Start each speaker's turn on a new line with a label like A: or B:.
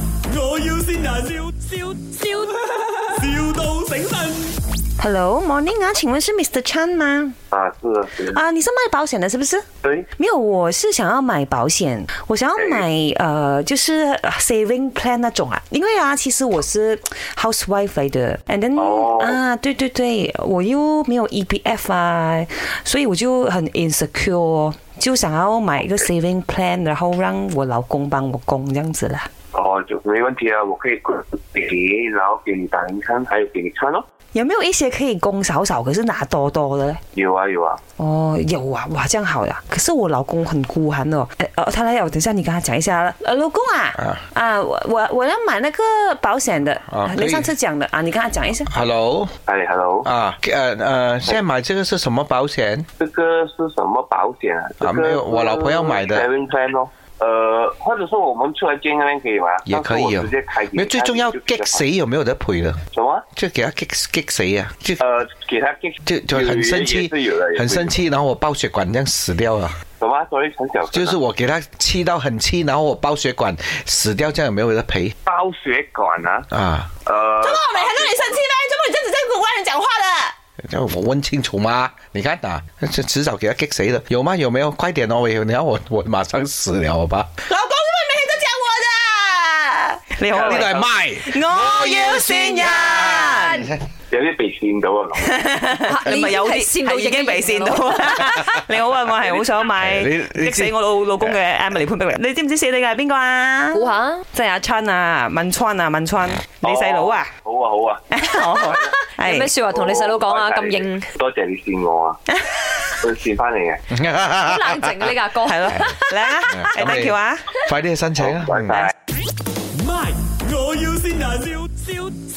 A: 要先人，笑笑笑，,笑到醒神。
B: Hello morning 啊，请问是 Mr. Chan 吗？
C: 啊，是啊，
B: 啊，你是卖保险的，是不是？
C: 对，
B: 没有，我是想要买保险，我想要买呃，就是呃 saving plan 那种啊，因为啊，其实我是 housewife 来的，and then、
C: 哦
B: 啊，对对对，我又没有 EPF 啊，所以我就很 insecure，哦就想要买一个 saving plan，然后让我老公帮我供这样子啦。
C: 哦，就没问题啊，我可以过给你，然后给你打印看，还有给你看哦。
B: 有没有一些可以供少少，可是拿多多的嘞？
C: 有啊有啊，
B: 哦，有啊，哇，这样好呀、可是我老公很孤寒哦，哎，呃，他来了，等一下你跟他讲一下。呃，老公啊，啊，我我我要买那个保险的，
D: 啊可
B: 你
D: 以
B: 上次讲的啊，你跟他讲一下。
D: Hello
C: 哎，hello，
D: 啊，呃呃，现在买这个是什么保险？
C: 这个是什么保险啊？这个
D: 没有我老婆要买的
C: s a v i n plan 哦。呃，或者说我们出来见个面可以吗？
D: 也可以
C: 上次啊我
D: 哦
C: 直接开，给你
D: 没有最重要
C: 看就比较
D: 激
C: 好
D: 死有没有得赔啊了？
C: 什么？
D: 就给他激激死啊！就
C: 呃，给他给
D: 就就很生气
C: 是有的，，
D: 很生
C: 气。
D: 气，然后我爆血管这样死掉了。
C: 什么？所以很小声啊，
D: 就是我给他气到很气，然后我爆血管死掉，这样有没有得赔
C: 爆血管啊，
D: 啊？
C: 呃，
E: 我每天跟你生气呗，怎么你这样子在跟外人讲话的？
D: 要我问清楚吗？你看呐、这迟早给他激死的，有吗？有没有？快点哦！我以为你要我我马上死了，好吧？
E: 老公是不是每天都讲我的？
B: 你好
D: 呢度係賣，
B: 我要善人，
C: 有啲被跣到啊，
B: 你咪有
E: 已
B: 啲
E: 經係跣到
B: 係已經被
E: 已經
B: 跣到。 你好啊，我係好想買
D: 你你
B: 激
D: 知
B: 死我老老公嘅 Emily 潘碧玲。你知唔知死你嘅係邊個啊？
E: 估下，
B: 即係阿春啊，文川啊，文川，你
C: 哦
B: 細佬啊？
C: 好啊好啊。
B: 哦，
E: 有 咩
B: 係
E: 说話同你細佬講啊？咁應，
C: 哦多謝你善我 啊，佢善翻嚟嘅，
E: 好冷靜呢個阿哥。
B: 係咯，嚟啊，誒，thank you 啊。
D: 快啲去申請啊！
C: 拜拜。
A: My，我要先人，笑笑